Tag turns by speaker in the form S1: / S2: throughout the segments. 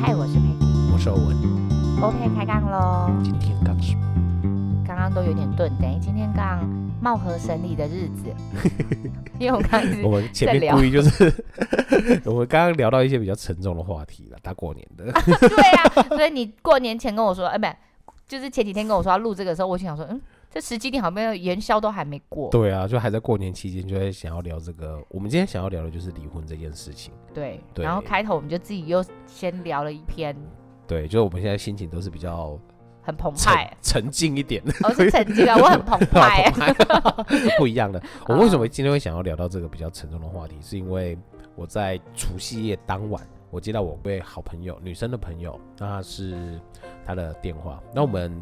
S1: 嗨，我是 Peggy。
S2: 我是欧文，
S1: OK，开杠喽！
S2: 今天杠什么？
S1: 刚刚都有点顿，等于今天杠貌合神离的日 子，因为我刚刚一直
S2: 我们前
S1: 嗯在
S2: 面
S1: 聊
S2: 故意就是， 我们刚刚聊到一些比较沉重的话题了，大过年 的，
S1: 对啊，所以你过年前跟我说，哎、不，就是前几天跟我说要录这个的时候，我心想说，嗯，这时机点好像元宵都还没过。
S2: 对啊，就还在过年期间，就会想要聊这个。我们今天想要聊的就是离婚这件事情，
S1: 对，
S2: 对
S1: 然后开头我们就自己又先聊了一篇，
S2: 对，就是我们现在心情都是比较
S1: 很澎
S2: 沉
S1: 湃，
S2: 沉静一点，
S1: 我、哦、是沉浸啊，我 很澎湃啊。
S2: 不一样的。我嗯为什么今天会想要聊到这个比较沉重的话题，是因为我在除夕夜当晚，我接到我位好朋友，女生的朋友，那她是她的电话。那我们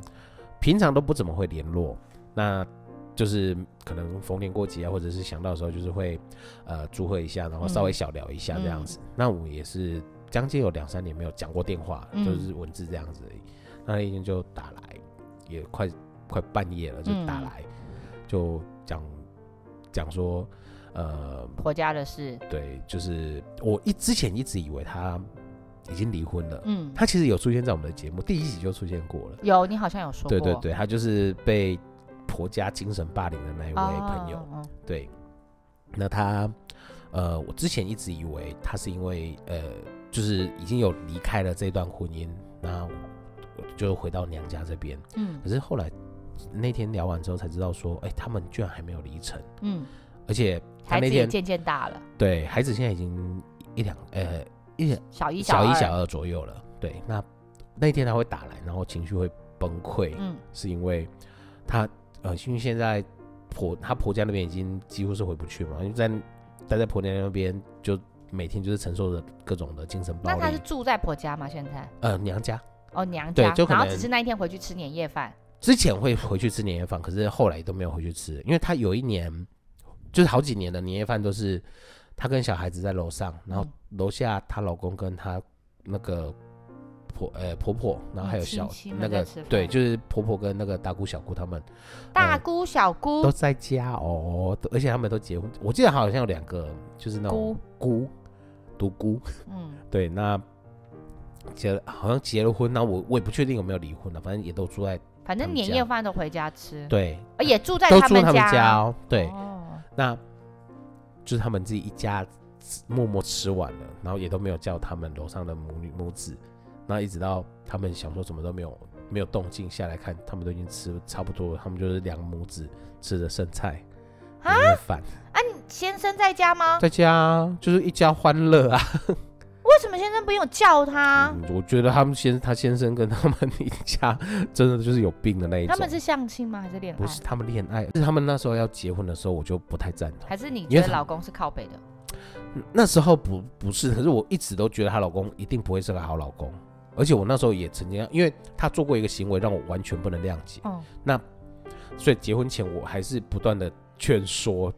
S2: 平常都不怎么会联络，那就是可能逢年过节啊，或者是想到的时候，就是会呃祝贺一下，然后稍
S1: 嗯
S2: 微小聊一下这样子。那我也是将近有两三年没有讲过电话，
S1: 嗯
S2: 就是文字这样子而已。那那天就打来，也快快半夜了，就打
S1: 嗯
S2: 来，就讲讲说，呃，
S1: 婆家的事，
S2: 对，就是我一之前一直以为他已经离婚了，
S1: 嗯，
S2: 他其实有出现在我们的节目第一集就出现过了，
S1: 有你好像有说过，
S2: 对对对，他就是被婆家精神霸凌的那一位朋友，
S1: 哦
S2: 对，那他呃，我之前一直以为他是因为呃，就是已经有离开了这段婚姻，那我我就回到娘家这边。
S1: 嗯
S2: 可是后来那天聊完之后才知道说，哎、他们居然还没有离成，
S1: 嗯，
S2: 而且他
S1: 孩
S2: 那
S1: 子也
S2: 天
S1: 渐渐大了，
S2: 对孩子现在已经一两呃
S1: 小一
S2: 小一
S1: 二，
S2: 小二左右了。对，那那天他会打来，然后情绪会崩溃，
S1: 嗯
S2: 是因为他呃，因为现在婆他婆家那边已经几乎是回不去嘛，因为在待在婆家那边就每天就是承受着各种的精神暴
S1: 那他是
S2: 力。
S1: 住在婆家吗？现在？
S2: 呃，娘家
S1: 哦，娘
S2: 对
S1: 家
S2: 就，可
S1: 然后
S2: 能
S1: 只是那一天回去吃年夜饭，
S2: 之前会回去吃年夜饭，可是后来都没有回去吃，因为他有一年就是好几年的年夜饭都是他跟小孩子在楼上，然后
S1: 嗯
S2: 楼下她老公跟她那个婆呃婆婆，然后还有
S1: 嗯亲
S2: 小
S1: 戚们
S2: 那
S1: 在嗯
S2: 个
S1: 吃饭
S2: 对，就是婆婆跟那个大姑小姑他们
S1: 大
S2: 呃
S1: 姑小姑
S2: 都在家哦，都而且他们都结婚。我记得好像有两个，就是那种
S1: 姑，
S2: 姑独孤，
S1: 嗯
S2: 对，那结了好像结了婚，那我我也不确定有没有离婚啊了，反正也都住在
S1: 反
S2: 他
S1: 正
S2: 们
S1: 年
S2: 家
S1: 夜饭都回家吃，
S2: 对，
S1: 呃也住在
S2: 都住他
S1: 们
S2: 们家
S1: 家哦，
S2: 哦，对，
S1: 哦
S2: 那就是他们自己一家默默吃完了，然后也都没有叫他们楼上的母女母子，然后一直到他们想说怎么都没有没有动静下来看，他们都已经吃差不多了，他们就是两母子吃着剩菜。
S1: 啊
S2: 没有饭
S1: 先生在家吗？
S2: 在家啊就是一家欢乐啊！
S1: 为什么先生不用叫他？
S2: 嗯我觉得他们先他先生跟他们一家真的就是有病的那一种。
S1: 他们是相亲吗？还是恋
S2: 不是
S1: 爱？
S2: 他们恋爱？是他们那时候要结婚的时候，我就不太赞同。
S1: 还是你
S2: 因为
S1: 觉得
S2: 他
S1: 老公是靠北的？
S2: 那时候不不是，可是我一直都觉得她老公一定不会是个好老公，而且我那时候也曾经，因为她做过一个行为让我完全不能谅解，
S1: 嗯，
S2: 所以结婚前我还是不断的劝说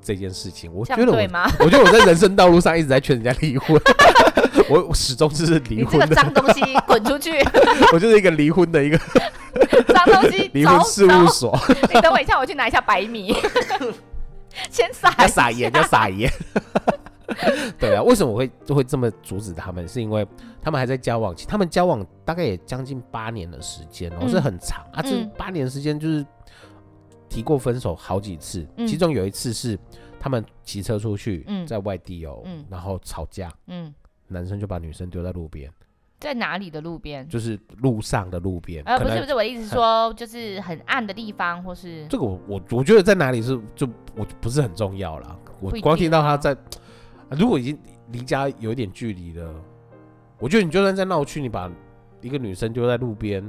S2: 这件事情。我
S1: 这
S2: 觉
S1: 样
S2: 得我
S1: 对，吗？
S2: 我觉得我在人生道路上一直在劝人家离婚， 我我始终就是离
S1: 你这
S2: 婚
S1: 个
S2: 的，
S1: 脏 东西滚出去！
S2: 我就是一个离婚的一个
S1: 脏东西
S2: 离
S1: 走
S2: 婚事务
S1: 走！
S2: 所，
S1: 你等我一下，我去拿一下白 米，先撒
S2: 要
S1: 一
S2: 撒盐，
S1: 下
S2: 要撒盐。 对啊，为什么我会会这么阻止他们？是因为他们还在交往期，他们交往大概也将近八年的时间哦，
S1: 嗯
S2: 是很长啊。这
S1: 嗯
S2: 八年的时间就是提过分手好几次，
S1: 嗯
S2: 其中有一次是他们骑车出去，
S1: 嗯
S2: 在外地哦，
S1: 嗯
S2: 然后吵架，
S1: 嗯，
S2: 男生就把女生丢在路边，
S1: 在哪里的路边？
S2: 就是路上的路边，
S1: 呃，
S2: 可
S1: 不是不
S2: 能。
S1: 是，我的意思是说，就是很暗的地方，或是
S2: 这个我我我觉得在哪里是就我不是很重要啦。我
S1: 不一定啊
S2: 光听到他在，啊如果已经离家有一点距离了，我觉得你就算在闹区，你把一个女生丢在路边，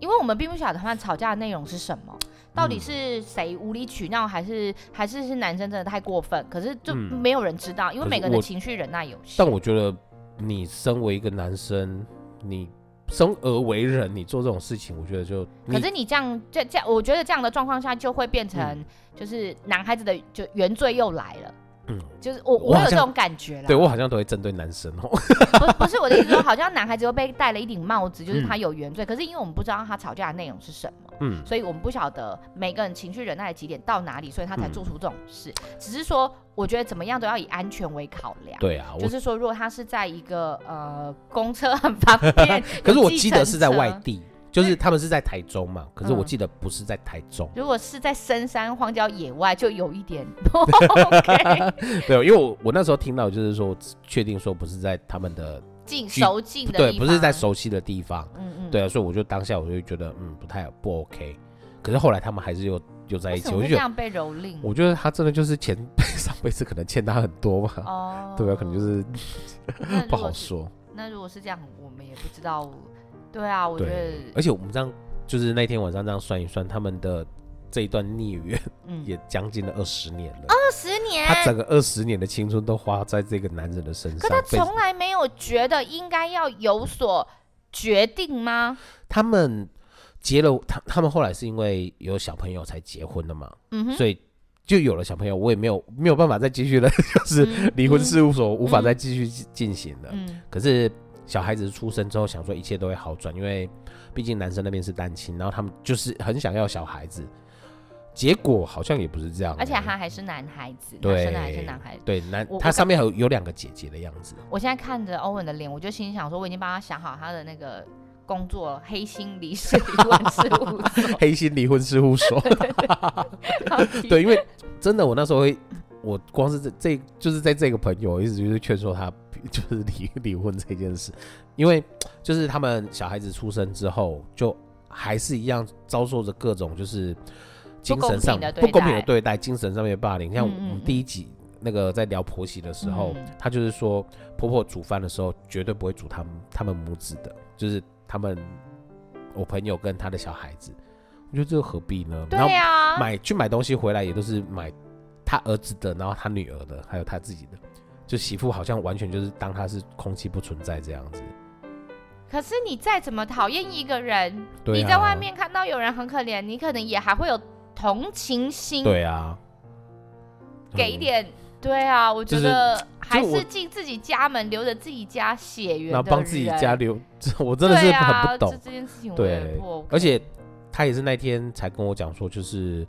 S1: 因为我们并不晓得他们吵架的内容是什么，到底
S2: 嗯
S1: 是谁无理取闹，还是还是是男生真的太过分？可是就
S2: 嗯
S1: 没有人知道，因为
S2: 可是
S1: 每个人的
S2: 我
S1: 情绪忍耐有限
S2: 但。我觉得你身为一个男生，你生而为人，你做这种事情，我觉得就
S1: 可
S2: 你嗯
S1: 是你这样这这，我觉得这样的状况下就会变成，就是男孩子的就原罪又来了。
S2: 嗯，
S1: 就是我
S2: 我
S1: 我
S2: 好
S1: 有这
S2: 像
S1: 种感觉了。
S2: 对我好像都会针对男生哦。
S1: 不不是我的意思说，好像男孩子又被戴了一顶帽子，就是
S2: 嗯
S1: 他有原罪。可是因为我们不知道他吵架的内容是什么，
S2: 嗯，
S1: 所以我们不晓得每个人情绪忍耐的极点到哪里，所以他才
S2: 嗯
S1: 做出这种事。只是说，我觉得怎么样都要以安全为考量。
S2: 对啊，我，
S1: 就是说，如果他是在一个呃公车很方便
S2: 可是
S1: 有
S2: 我
S1: 计
S2: 记得
S1: 程
S2: 是在外
S1: 车。
S2: 地，就是他们是在台中嘛，可是我
S1: 嗯
S2: 记得不是在台中。
S1: 如果是在深山荒郊野外，就有一 点 OK，
S2: 没有，因为我我那时候听到就是说，确定说不是在他们的
S1: 近熟近的
S2: 对，
S1: 地
S2: 不是在
S1: 方，
S2: 熟悉的地方，
S1: 嗯嗯，
S2: 对啊，所以我就当下我就觉得嗯不太不 OK，可是后来他们还是又又在
S1: 为
S2: 一
S1: 什
S2: 起，
S1: 么
S2: 我
S1: 会这
S2: 就觉得
S1: 样被蹂躏？
S2: 我觉得他真的就是前 上辈子可能欠他很多嘛，
S1: 哦，
S2: 对啊，可能就是
S1: 那如
S2: 不
S1: 果
S2: 好
S1: 是
S2: 说，
S1: 那如果是这样，我们也不知道。对啊，我觉
S2: 对，哎
S1: 得，
S2: 而且我们这样就是那天晚上这样算一算，他们的这一段孽缘
S1: 嗯，
S2: 也将近了二十年了。
S1: 二十年，
S2: 他整个二十年的青春都花在这个男人的身
S1: 可
S2: 上。
S1: 他
S2: 被
S1: 从来没有觉得应该要有所决定吗？
S2: 他们结了，他他们后来是因为有小朋友才结婚的嘛，
S1: 嗯哼，
S2: 所以就有了小朋友，我也没有没有办法再继续了， 就是
S1: 嗯
S2: 离婚事务所无法
S1: 嗯
S2: 再继续进进行了。
S1: 嗯
S2: 可是小孩子出生之后，想说一切都会好转，因为毕竟男生那边是单亲，然后他们就是很想要小孩子，结果好像也不是这样欸，
S1: 而且他还是男孩子，他
S2: 对
S1: 生的还是男孩子。
S2: 对男
S1: 我我
S2: 他
S1: 感
S2: 上面还有有两个姐姐的样子，。
S1: 我现在看着欧文的脸，我就心想说，我已经帮他想好他的那个工作黑心离世离婚事务所
S2: 黑心离婚事务所。 对，，因为真的，我那时候会，我光是这这就是在这个朋友，我一直就是劝说他， 就是离离婚这件事，因为就是他们小孩子出生之后，就还是一样遭受着各种就是精神
S1: 不
S2: 上
S1: 公平的对待
S2: 不公平的对待，精神上面的霸凌。像我
S1: 嗯嗯
S2: 们
S1: 嗯
S2: 第一集。那个在聊婆媳的时候，
S1: 嗯
S2: 她就是说婆婆煮饭的时候绝对不会煮他们他们母子的，就是他们我朋友跟他的小孩子，我觉得这个何必呢？然后
S1: 对啊，
S2: 买去买东西回来也都是买他儿子的，然后他女儿的，还有他自己的。就媳妇好像完全就是当他是空气不存在这样子。
S1: 可是你再怎么讨厌一个人，
S2: 对、啊，
S1: 你在外。面看到有人很可怜，你可能也还会有同情心，
S2: 对啊，
S1: 给一
S2: 嗯。
S1: 点。对啊，我觉
S2: 就是
S1: 得还
S2: 我
S1: 是进自己家门，留着自己家血缘的
S2: 然
S1: 人。
S2: 后帮自己家留，我真的是
S1: 对啊
S2: 很不懂
S1: 这。这件事情我
S2: 对
S1: 也不 OK
S2: 而且他也是那天才跟我讲说，就是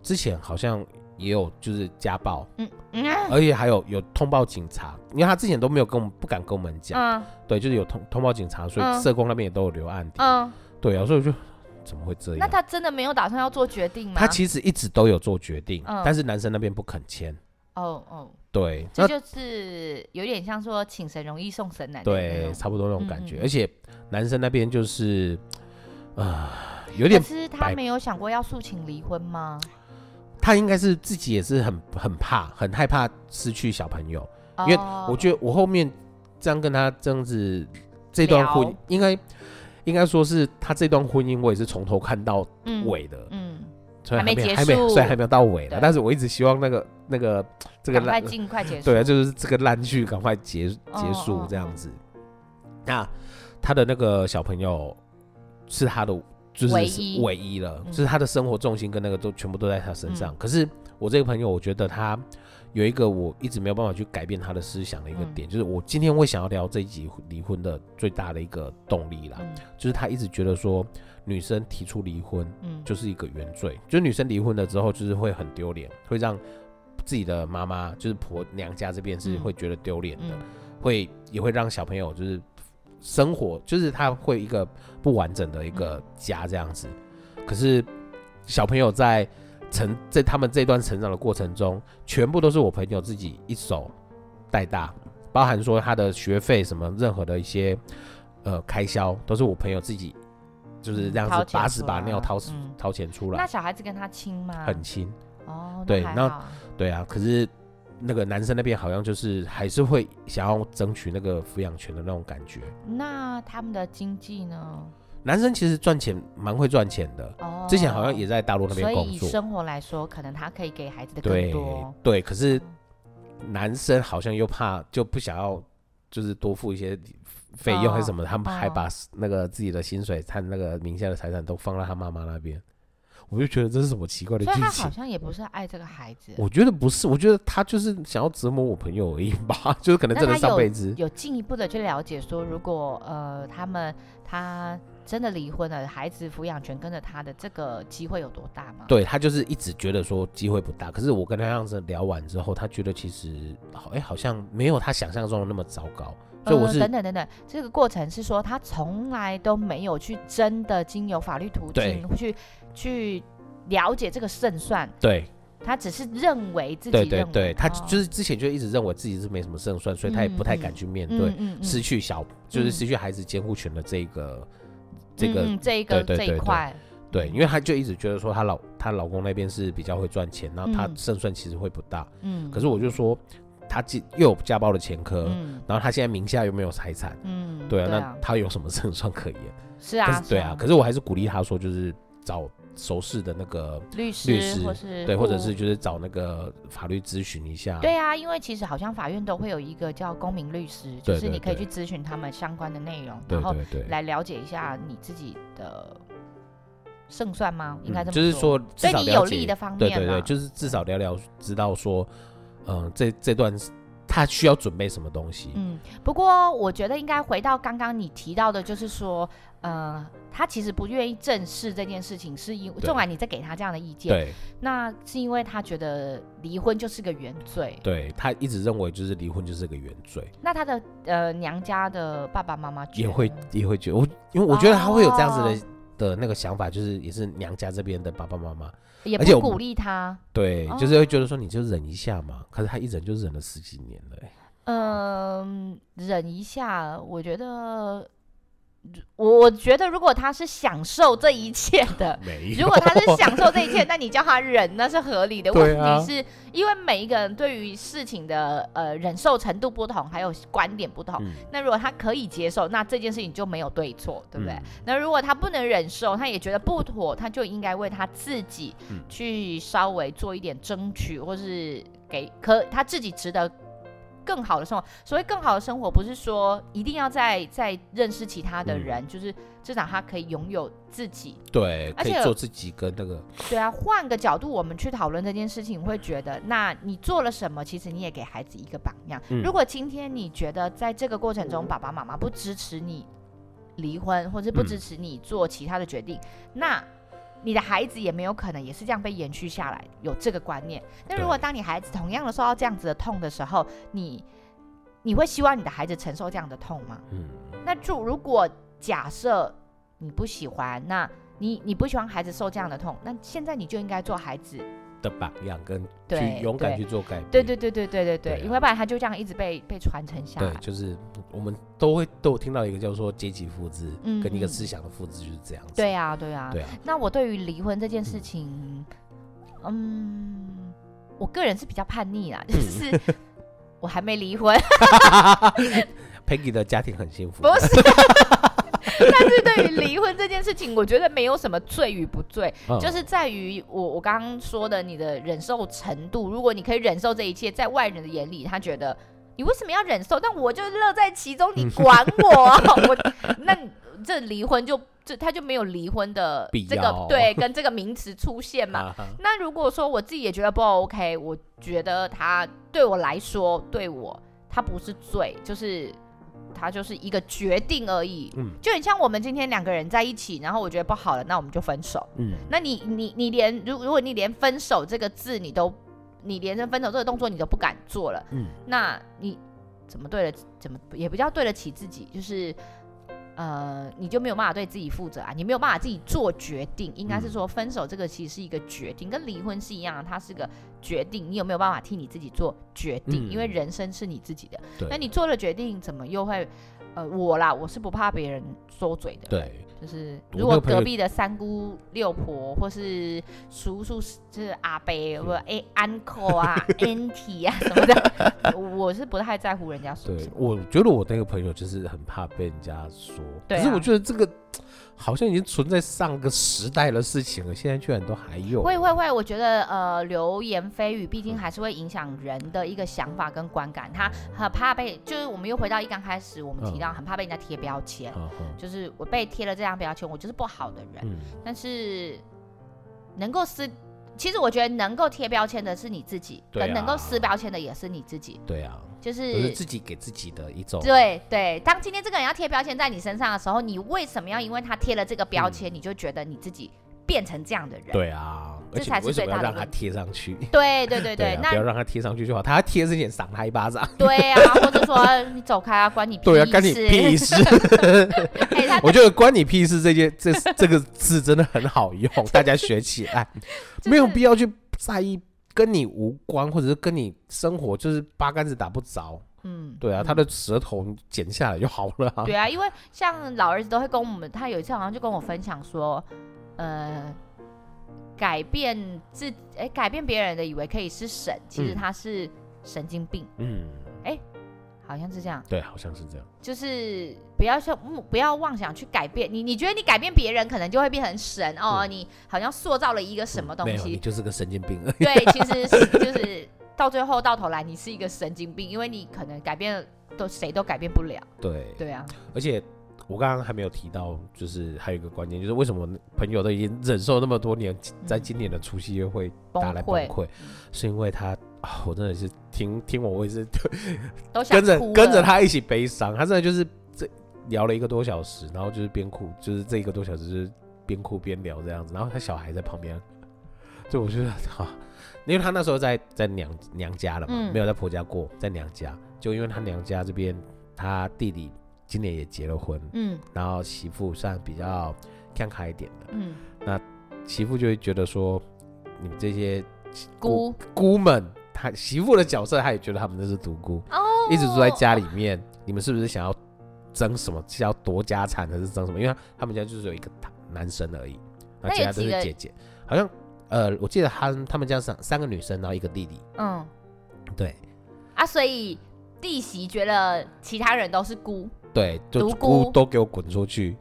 S2: 之前好像也有就是家暴，
S1: 嗯嗯啊
S2: 而且还有有通报警察，因为他之前都没有跟我们不敢跟我们讲，
S1: 嗯
S2: 对，就是有通通报警察，所以
S1: 嗯
S2: 社工那边也都有留案底。
S1: 嗯，
S2: 对啊，所以我就怎么会这样？
S1: 那他真的没有打算要做决定吗？
S2: 他其实一直都有做决定，
S1: 嗯
S2: 但是男生那边不肯签。
S1: 哦哦，
S2: 对，
S1: 这
S2: 那
S1: 就是有点像说请神容易送神难的那
S2: 对
S1: 种。
S2: 差不多那种感
S1: 嗯
S2: 觉，
S1: 嗯
S2: 而且男生那边就是啊、有
S1: 可
S2: 点
S1: 是他
S2: 摆
S1: 没有想过要诉请离婚吗？
S2: 他应该是自己也是很很怕，很害怕失去小朋友。因为
S1: 哦
S2: 我觉得我后面这样跟他这样子这段婚
S1: 聊，
S2: 应该应该说是他这段婚姻，我也是从头看到
S1: 嗯
S2: 尾的，
S1: 嗯，
S2: 虽然
S1: 还没
S2: 有
S1: 结
S2: 还没
S1: 束
S2: 虽然还没有到尾了，
S1: 对
S2: 但是我一直希望那个那个这个
S1: 赶快尽快结束。嗯
S2: 对啊，就是这个烂剧赶快结
S1: 哦
S2: 结束
S1: 哦
S2: 这样子。那他的那个小朋友是他的就是
S1: 唯
S2: 是
S1: 一
S2: 唯一了，
S1: 嗯
S2: 就是他的生活重心跟那个都全部都在他身上。
S1: 嗯
S2: 可是我这个朋友，我觉得他有一个我一直没有办法去改变他的思想的一个
S1: 嗯
S2: 点，就是我今天会想要聊这一集离婚的最大的一个动力啦，
S1: 嗯
S2: 就是他一直觉得说女生提出离婚
S1: 嗯，
S2: 就是一个原罪，就是女生离婚了之后，就是会很丢脸，会让自己的妈妈，就是婆娘家这边是
S1: 嗯
S2: 会觉得丢脸的，
S1: 嗯
S2: 会也会让小朋友就是生活，就是他会一个不完整的一
S1: 嗯
S2: 个家这样子。可是小朋友在成在他们这段成长的过程中，全部都是我朋友自己一手带大，包含说他的学费什么任何的一些呃开销，都是我朋友自己就是这样
S1: 嗯掏
S2: 子
S1: 钱
S2: 把屎
S1: 出
S2: 把
S1: 来
S2: 尿掏出
S1: 嗯
S2: 掏钱出
S1: 那
S2: 来，
S1: 小孩子跟他亲吗？
S2: 很亲。
S1: 哦，那
S2: 对
S1: 还
S2: 那
S1: 好
S2: 对啊，可是那个男生那边好像就是还是会想要争取那个抚养权的那种感觉。
S1: 那他们的经济呢？
S2: 男生其实赚钱蛮会赚钱的，
S1: 哦，
S2: 之前好像也在大陆那
S1: 所
S2: 边
S1: 以
S2: 工
S1: 以
S2: 作。
S1: 生活来说，可能他可以给孩子的更
S2: 对
S1: 多。
S2: 对，可是男生好像又怕就不想要，就是多付一些费用还是
S1: 哦
S2: 什么的，他们还把那个自己的薪水和那个名下的财产都放到他妈妈那边。我就觉得这是什么奇怪的
S1: 所
S2: 剧
S1: 以他
S2: 情
S1: 好。像也不是爱这个孩子，
S2: 我觉得不是，我觉得他就是想要折磨我朋友而已吧， 就是可能
S1: 那
S2: 真的
S1: 他
S2: 上
S1: 有
S2: 辈子
S1: 有进一步的去了解说，如果呃他们他真的离婚了，孩子抚养权跟着他的这个机会有多大吗？
S2: 对他就是一直觉得说机会不大，可是我跟他这样子聊完之后，他觉得其实好哎、好像没有他想象中的那么糟糕，所以我
S1: 呃
S2: 是、
S1: 等等等等，这个过程是说他从来都没有去真的经由法律途
S2: 对
S1: 径去去了解这个胜算，
S2: 对
S1: 他只是认为自己
S2: 对
S1: 认
S2: 对
S1: 为
S2: 对，他
S1: 哦
S2: 就是之前就一直认为自己是没什么胜算，所以他也不太敢去面
S1: 嗯
S2: 对、
S1: 嗯嗯
S2: 失去小就是
S1: 嗯
S2: 失去孩子监护权的这个、这个、
S1: 嗯嗯这一个这
S2: 对对对
S1: 一
S2: 对
S1: 块，
S2: 对，因为她就一直觉得说她老她老公那边是比较会赚钱，然后她
S1: 嗯
S2: 胜算其实会不大。
S1: 嗯，
S2: 可是我就说她既又有家暴的前科，
S1: 嗯
S2: 然后她现在名下又没有财产，
S1: 嗯，
S2: 对啊，
S1: 啊
S2: 那，她有什么胜算可言？
S1: 是啊
S2: 可，是对啊，可是我还是鼓励她说，就是找熟识的那个
S1: 律
S2: 律
S1: 师
S2: 师
S1: 或是
S2: 对，或者
S1: 顾
S2: 是就是找那个法律咨询一下。
S1: 嗯对啊，因为其实好像法院都会有一个叫公民律师，就
S2: 对
S1: 是
S2: 对
S1: 你可以
S2: 对
S1: 去咨询他们相关的内容，
S2: 对
S1: 然后
S2: 对对，
S1: 来了解一下你自己的胜算吗？应该
S2: 嗯
S1: 这么
S2: 就是
S1: 说，
S2: 说至
S1: 对
S2: 少
S1: 你有
S2: 了
S1: 利
S2: 解
S1: 的方面
S2: 对
S1: 嘛。
S2: 对对，就是至少聊聊，知道说，嗯、这这段她需要准备什么东西。
S1: 嗯，不过我觉得应该回到刚刚你提到的，就是说，呃，他其实不愿意正视这件事情，是因为
S2: 对
S1: 纵然你在给他这样的意见，
S2: 对
S1: 那是因为他觉得离婚就是个原罪。
S2: 对，她一直认为就是离婚就是个原罪，
S1: 那他的呃娘家的爸爸妈妈觉
S2: 也会
S1: 得
S2: 也会觉得我，因为我觉得她会有这样子的、
S1: 哦
S2: 的那个想法，就是也是娘家这边的爸爸妈妈，
S1: 也
S2: 而且
S1: 不
S2: 我们
S1: 鼓励他。
S2: 对，
S1: 哦
S2: 就是会觉得说你就忍一下嘛，可是她一忍就忍了十几年了、欸，
S1: 嗯，忍一下，我觉得，我我觉得如果他是享受这一切的
S2: 没有，
S1: 如果他是享受这一切，那你叫他忍那是合理的。
S2: 对
S1: 问
S2: 啊
S1: 题是、因为每一个人对于事情的呃忍受程度不同，还有观点不同。
S2: 嗯
S1: 那如果他可以接受，那这件事情就没有对错，对不对？
S2: 嗯
S1: 那如果他不能忍受，他也觉得不妥，他就应该为他自己
S2: 嗯
S1: 去稍微做一点争取，或是给可他自己值得更好的生活。所谓更好的生活，不是说一定要再再认识其他的人，就是至少他可以拥有自己。
S2: 对，
S1: 而
S2: 可以
S1: 且
S2: 做自己跟那个
S1: 对啊，换个角度我们去讨论这件事情，会觉得，那你做了什么，其实你也给孩子一个榜样。
S2: 嗯
S1: 如果今天你觉得在这个过程中，爸爸妈妈不支持你离婚，或是不支
S2: 嗯
S1: 持你做其他的决定，那你的孩子也没有可能也是这样被延续下来，有这个观念。那如果
S2: 对
S1: 当你孩子同样的受到这样子的痛的时候，你你会希望你的孩子承受这样的痛吗？
S2: 嗯，
S1: 那就如果假设你不喜欢，那你你不喜欢孩子受这样的痛，那现在你就应该做孩子。
S2: 的榜样跟
S1: 对
S2: 去勇敢
S1: 对
S2: 去做改变，
S1: 对对对对对对对，
S2: 对啊
S1: 因为不然他就这样一直被被传承下
S2: 对，
S1: 来。
S2: 就是我们都会都有听到一个叫做阶级复制，
S1: 嗯
S2: 跟一个
S1: 嗯
S2: 思想的复制就是这样子。
S1: 对啊，对啊。
S2: 对啊，
S1: 那我对于离婚这件事情，嗯，我个人是比较叛逆啦，就是我还没离婚，
S2: Peggy 的家庭很幸福，
S1: 不是。 但是对于离婚这件事情，我觉得没有什么罪与不罪，
S2: 嗯
S1: 就是在于我我刚刚说的你的忍受程度。如果你可以忍受这一切，在外人的眼里，他觉得你为什么要忍受？但我就乐在其中，
S2: 嗯
S1: 你管 我啊？我那你这离婚就这他就没有离婚的
S2: 必
S1: 这
S2: 要
S1: 个对跟这个名词出现嘛？
S2: 啊哈
S1: 那如果说我自己也觉得不 OK，我觉得他对我来说，对我他不是罪，就是他就是一个决定而已。
S2: 嗯
S1: 就很像我们今天两个人在一起，然后我觉得不好了，那我们就分手。
S2: 嗯，
S1: 那你你你连如如果你连分手这个字你都，你连着分手这个动作你都不敢做了，
S2: 嗯
S1: 那你怎么对得怎么也不叫对得起自己，就是呃，你就没有办法对自己负责啊，你没有办法自己做决定，应该是
S2: 嗯
S1: 说分手这个其实是一个决定，跟离婚是一样的，它是个决定，你有没有办法替你自己做决定？
S2: 嗯
S1: 因为人生是你自己的，
S2: 对，
S1: 那你做了决定，怎么又会？呃，我啦，我是不怕别人说嘴的。
S2: 对
S1: 就是如
S2: 我那
S1: 果
S2: 个朋友
S1: 隔壁的三姑六婆或是叔叔就是阿伯，或哎 uncle 啊、auntie 啊什么的，我是不太在乎人家说什
S2: 对，
S1: 么。
S2: 我觉得我那个朋友就是很怕被人家说，
S1: 对
S2: 可是
S1: 啊
S2: 我觉得这个好像已经存在上个时代的事情了，现在居然都还有，
S1: 会会会，我觉得呃，流言蜚语毕
S2: 嗯
S1: 竟还是会影响人的一个想法跟观感。他很怕被，就是我们又回到一刚开始我们提到，
S2: 嗯
S1: 很怕被人家贴标签，
S2: 嗯哼
S1: 就是我被贴了这样标签，我就是不好的人。
S2: 嗯
S1: 但是能够撕，其实我觉得能够贴标签的是你自己，
S2: 对
S1: 跟能
S2: 啊
S1: 够撕标签的也是你自己，
S2: 对啊，
S1: 就
S2: 都是
S1: 是。
S2: 自己给自己的一种
S1: 对对，当今天这个人要贴标签在你身上的时候，你为什么要因为他贴了这个
S2: 嗯
S1: 标签，你就觉得你自己变成这样的人？
S2: 对啊，而
S1: 这
S2: 且
S1: 才
S2: 你为
S1: 是最
S2: 什么
S1: 大
S2: 要
S1: 的
S2: 让他
S1: 问
S2: 贴上去？
S1: 对对对对，
S2: 啊，不要
S1: 那
S2: 让他贴上去就好。他贴之前赏他一巴掌。
S1: 对啊，或者说你走开啊，关你屁
S2: 对啊，干你
S1: 事
S2: 屁事！
S1: 哎，他
S2: 我觉得关你屁事这件这这个字真的很 好用，大家学起来，
S1: 就是
S2: 没有必要去在意跟你无关，或者是跟你生活就是八竿子打不着。
S1: 嗯，
S2: 对啊，
S1: 嗯
S2: 他的舌头剪下来就好了啊。
S1: 对啊，因为像老儿子都会跟我们，他有一次好像就跟我分享说，呃，改变自哎、改变别人的以为可以是神，其实
S2: 嗯
S1: 他是神经病，
S2: 嗯，
S1: 好像是这样，
S2: 对，好像是这样。
S1: 就是不要像嗯不要妄想去改变你，你觉得你改变别人可能就会变成神哦，
S2: 嗯
S1: 你好像塑造了一个什么
S2: 嗯
S1: 东
S2: 没有，你
S1: 西，
S2: 就是个神经病 而已。
S1: 对，其实是就是到最后到头来你是一个神经病，因为你可能改变都谁都改变不了，
S2: 对，
S1: 对啊，
S2: 而且我刚刚还没有提到，就是还有一个关键，就是为什么朋友都已经忍受那么多年，在今年的除夕夜会
S1: 嗯崩
S2: 打来崩
S1: 溃
S2: 溃，是因为他啊，我真的是听听我，我也是
S1: 都想
S2: 跟着
S1: 哭
S2: 跟着
S1: 了
S2: 他一起悲伤。他真的就是这聊了一个多小时，然后就是边哭，就是这一个多小时就是边哭边聊这样子。然后他小孩在旁边，就我觉得啊，因为他那时候在 在娘娘家了嘛，
S1: 嗯
S2: 没有在婆家过，在娘家。就因为他娘家这边，他弟弟今年也结了婚，
S1: 嗯
S2: 然后媳妇算比较看开一点的，
S1: 嗯，
S2: 媳妇就会觉得说，你们这些
S1: 姑
S2: 姑们，她媳妇的角色，她也觉得他们那是独孤，
S1: 哦，
S2: 一直住在家里面，你们是不是想要争什么？是要夺家产还是争什么？因为他他们家就是有一个男生而已，
S1: 那
S2: 然后其
S1: 有
S2: 他都
S1: 几
S2: 是
S1: 个
S2: 姐姐，好像呃，我记得他他们家三三个女生，然后一个弟弟，
S1: 嗯
S2: 对
S1: 啊，所以弟媳觉得其他人都是姑，
S2: 对，就
S1: 独
S2: 姑
S1: 孤
S2: 都给我滚出去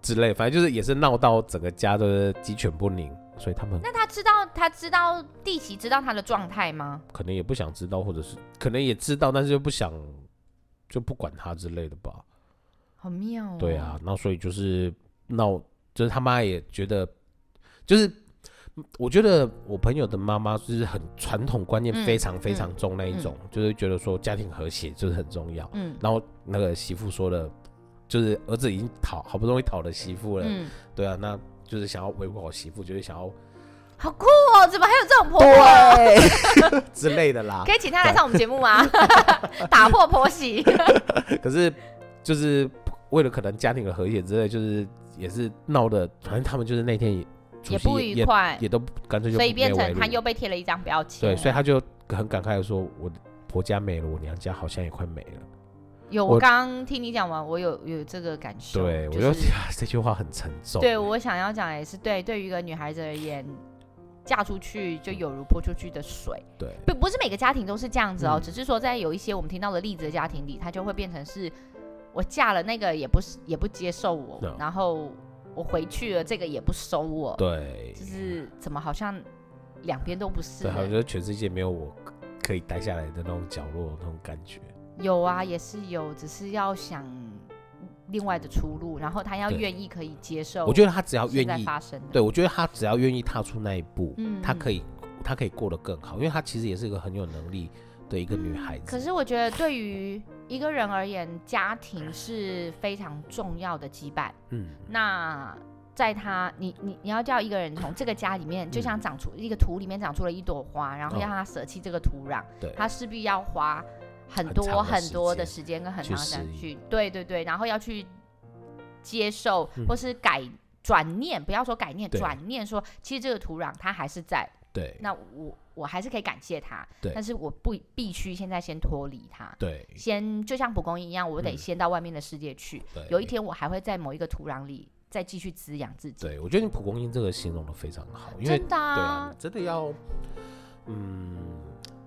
S2: 之类，反正就是也是闹到整个家都是鸡犬不宁，所以他们
S1: 那他知道他知道弟媳知道他的状态吗？
S2: 可能也不想知道，或者是可能也知道，但是又不想就不管他之类的吧。
S1: 好妙哦。
S2: 对啊，，那所以就是闹，就是他妈也觉得，就是我觉得我朋友的妈妈就是很传统观念
S1: 嗯
S2: 非常非常重那一种，就是觉得说家庭和谐就是很重要。
S1: 嗯
S2: 然后那个媳妇说的，就是儿子已经讨好不容易讨了媳妇了，
S1: 嗯，
S2: 对啊，那就是想要维护好媳妇，就是想要
S1: 好酷哦，怎么还有这种婆
S2: 啊
S1: 婆？
S2: 之类的啦。
S1: 可以请她来上我们节目吗？ 打破婆 媳，
S2: 可是就是为了可能家庭的和谐之类，就是也是闹的，反正他们就是那天也
S1: 也
S2: 除夕
S1: 不
S2: 也
S1: 愉快
S2: 也，也都干脆就
S1: 所以
S2: 没有
S1: 变
S2: 围
S1: 成
S2: 炉
S1: 他又被贴了一张标签。
S2: 对，所以他就很感慨的说：“我的婆家没了，我娘家好像也快没了。
S1: 有
S2: 我
S1: 我刚刚听你讲完，我有有这个感受。
S2: 对，
S1: 啊就
S2: 我就是觉得 这句话很沉重。
S1: 对我想要讲的也是对，对于一个女孩子而言，嫁出去就有如泼出去的水，
S2: 对
S1: 不不是每个家庭都是这样子哦，
S2: 嗯
S1: 只是说在有一些我们听到的例子的家庭里，它就会变成是我嫁了那个也不是也不接受我
S2: No
S1: 然后我回去了这个也不收我，
S2: 啊对
S1: 就是怎么好像两边都不是欸
S2: 对，好像
S1: 呢？
S2: 就是全世界没有我可以待下来的那种角落那种感觉。
S1: 有啊，也是有，只是要想另外的出路，然后他要
S2: 对
S1: 愿意可以接受，
S2: 我觉得他只要
S1: 现
S2: 愿
S1: 在
S2: 意，
S1: 发生的，
S2: 对我觉得他只要愿意踏出那一步，
S1: 嗯
S2: 他可
S1: 以。
S2: 以他可以过得更好，因为他其实也是一个很有能力的一个女孩子。
S1: 嗯可是我觉得，对于一个人而言，家庭是非常重要的羁绊。
S2: 嗯，
S1: 那在他，你你你要叫一个人从这个家里
S2: 嗯
S1: 面，就像长出一个土里面长出了一朵花，然后
S2: 哦
S1: 让他舍弃这个土壤，
S2: 对，
S1: 他势必要花很
S2: 很
S1: 多
S2: 长的
S1: 很
S2: 时
S1: 多的
S2: 间
S1: 时间跟很
S2: 去
S1: 长的时间
S2: 适
S1: 去，对对对，然后要去接受
S2: 嗯
S1: 或是改。转念，不要说改念，
S2: 对
S1: 转念说，其实这个土壤它还是在，
S2: 对
S1: 那我我还是可以感谢他
S2: 对，
S1: 但是我不必须现在先脱离他，
S2: 对
S1: 先就像蒲公英一样，我得
S2: 嗯
S1: 先到外面的世界去。
S2: 对，
S1: 有一天我还会在某一个土壤里再继续滋养自己。
S2: 对我觉得你蒲公英这个形容的非常好，因为
S1: 真的
S2: 对啊
S1: 啊，，
S2: 真的要，嗯，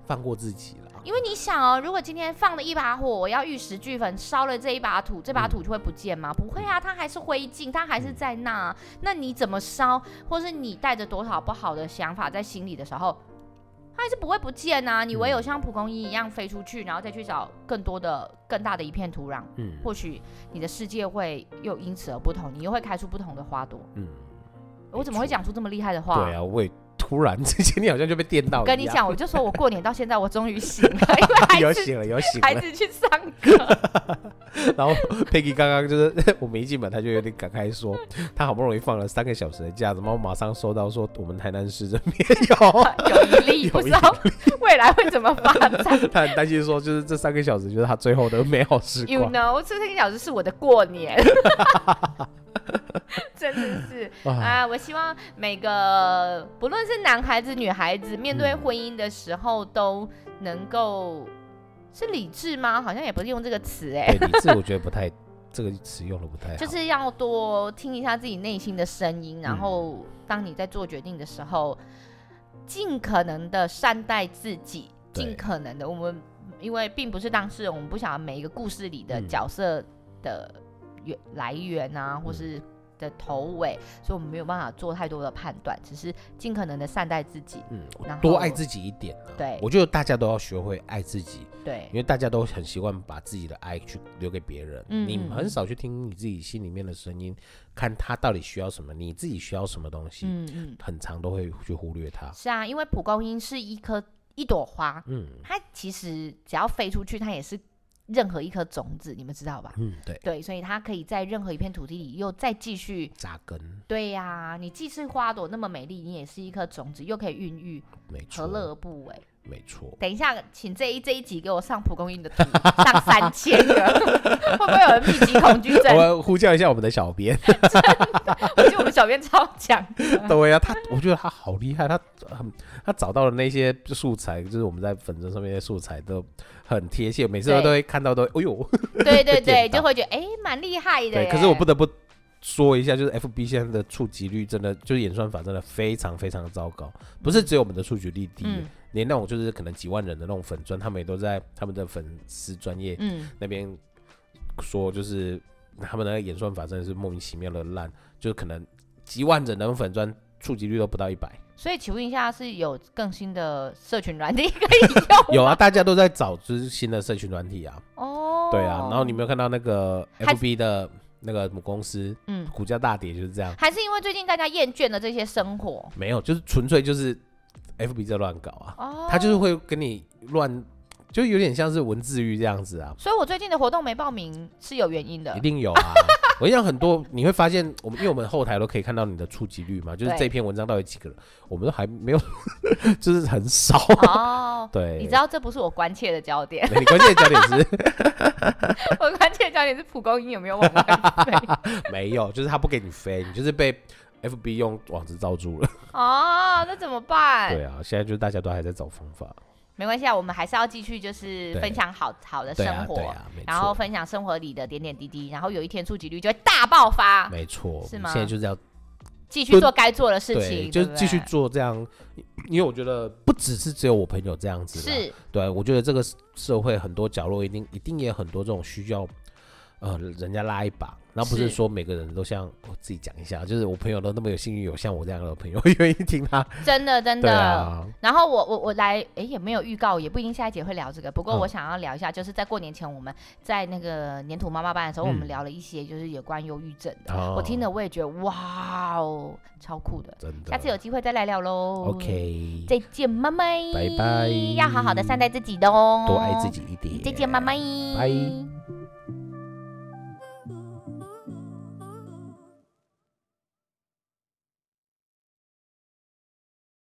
S2: 放过自己啦。
S1: 因为你想哦，如果今天放了一把火，我要玉石俱焚，烧了这一把土，这把
S2: 嗯
S1: 土就会不见吗？不会啊，它还是灰烬，它还是在那啊、那你怎么烧，或是你带着多少不好的想法在心里的时候，它还是不会不见啊。你
S2: 嗯
S1: 唯有像蒲公英一样飞出去，然后再去找更多的、更大的一片土壤，
S2: 嗯
S1: 或许你的世界会又因此而不同，你又会开出不同的花朵。
S2: 嗯，
S1: 我怎么会讲出这么厉害的话？
S2: 对啊，我也突然之间， 你好像就被电到一样。
S1: 跟你 讲，我就说我过年到现在我终于醒了，因为
S2: 有
S1: 孩子
S2: 醒了，有醒
S1: 孩
S2: 了。
S1: 子去上 课，
S2: 然后 Peggy 刚刚就是 我们一进门，他就有点感慨说，他好不容易放了三个小时的假，怎么马上收到说我们台南市这边有，
S1: 有一例不知道 未来会怎么发 展。
S2: 他很担心说就是这三个小时就是他最后的美好时
S1: You
S2: 光
S1: know，这个小时是我的过年， 真的是
S2: 啊。
S1: 啊！我希望每个不论是男孩子、女孩子，面对
S2: 嗯
S1: 婚姻的时候都能够是理智吗？好像也不是用这个词哎、
S2: 对，理智我觉得不太，这个词用的不太好。
S1: 就是要多听一下自己内心的声音，然
S2: 啊嗯
S1: 后当你在做决定的时候，尽可能的善待自己，
S2: 对
S1: 尽可能的，我们因为并不是当事人，我们不想要每一个故事里的
S2: 嗯
S1: 角色的源、来源啊，或
S2: 嗯
S1: 是的头尾，所以我们没有办法做太多的判断，只是尽可能的善待自己。
S2: 嗯
S1: 然，后
S2: 多爱自己一点、啊。
S1: 对
S2: 我觉得大家都要学会爱自己，
S1: 对
S2: 因，为大家都很习惯把自己的爱去留给别人，
S1: 嗯
S2: 你
S1: 嗯
S2: 很少去听你自己心里面的声音，看他到底需要什么，你自己需要什么东西，
S1: 嗯嗯，
S2: 很常都会去忽略它。
S1: 是啊，因为蒲公英是一颗一朵花，
S2: 嗯
S1: 它其实只要飞出去，它也是任何一颗种子，你们知道吧？
S2: 嗯，对，
S1: 对，所以它可以在任何一片土地里又再继续。
S2: 扎根
S1: 对呀、你既是花朵那么美丽，你也是一颗种子，又可以孕育，
S2: 没错，
S1: 何乐而不为？
S2: 没错。
S1: 等一下，请这一这一集给我上蒲公英的图，上三千个， 会不会有人密集恐惧症
S2: 我？要呼叫一下我们的小 编，
S1: 我觉得我们小编超 强，
S2: 对呀、啊他我觉得他好厉害，他很他找到的那些素材，就是我们在粉丝上面的素材都很贴切，每次
S1: 对
S2: 都会看到都，哎呦，
S1: 对对对，
S2: 点到
S1: 就会觉得哎，蛮厉害的
S2: 对，
S1: 耶。
S2: 可是我不得不说一下，就是 FB 现在的触及率真的，就是演算法真的非常非常糟糕，不是只有我们的触及率低，
S1: 嗯
S2: 连那种就是可能几万人的那种粉砖，他们也都在他们的粉丝专业
S1: 嗯，
S2: 那边说，就是他们的演算法真的是莫名其妙的烂，就是可能几万人的粉砖触及率都不到一百。
S1: 所以请问一下，是有更新的社群软体
S2: 有啊，大家都在找就是新的社群软体啊，
S1: 哦？
S2: 对啊，然后你没有看到那个
S1: 还
S2: FB 的那个母公司
S1: 嗯，
S2: 股价大跌就是这样。
S1: 还是因为最近大家厌倦了这些生活
S2: 没有，就是纯粹就是 FB 在乱搞啊，
S1: 哦，
S2: 他就是，会跟你乱，就有点像是文字狱这样子啊，
S1: 所以我最近的活动没报名是有原因的
S2: 一，定有 啊。我跟你讲，很多你会发现，我们因为我们后台都可以看到你的触及率嘛，就是
S1: 对
S2: 这篇文章到底几个人，我们都还没有， 就是很少。。
S1: 哦
S2: 对，
S1: 你知道这不是我关切的焦点，
S2: 你关键的焦点是
S1: 我关切的焦点是蒲公英有没有往外 飞
S2: 没有，就是他不给你飞，你就是被 FB 用网子罩住了。
S1: 哦，那怎么办？
S2: 对啊，现在就是大家都还在找方法。
S1: 没关系啊，我们还是要继续就是
S2: 对
S1: 分享好好的
S2: 对
S1: 生
S2: 啊，
S1: 活，
S2: 对啊，没
S1: 然后
S2: 错，
S1: 分享生活里的点点滴滴，然后有一天触及率就会大爆发，
S2: 没错，
S1: 是
S2: 我们
S1: 吗
S2: 现在就是要
S1: 继续做该做的事
S2: 对，
S1: 情，对
S2: 就是
S1: 不
S2: 继续
S1: 对
S2: 做这样，因为我觉得不只是只有我朋友这样子啦，
S1: 是
S2: 对我觉得这个社会很多角落一定一定也有很多这种需要，呃，人家拉一把，然后不是
S1: 是
S2: 说每个人都像我自己讲一下，就是我朋友都那么有幸运，有像我这样的朋友 愿意听他，
S1: 真的真
S2: 对
S1: 的。
S2: 啊，
S1: 然后我我我来，哎，也没有预告，也不一定下一节会聊这个。不过
S2: 嗯
S1: 我想要聊一下，就是在过年前我们在那个粘土妈妈班的时候，
S2: 嗯
S1: 我们聊了一些就是有关忧郁症的。
S2: 哦
S1: 我听了我也觉得哇哦，超酷的。
S2: 真的，
S1: 下次有机会再来聊喽。
S2: OK，
S1: 再见，妈妈。
S2: 拜拜
S1: 要好好的善待自己的哦，
S2: 多爱自。己一点，
S1: 再见，妈妈。
S2: 拜。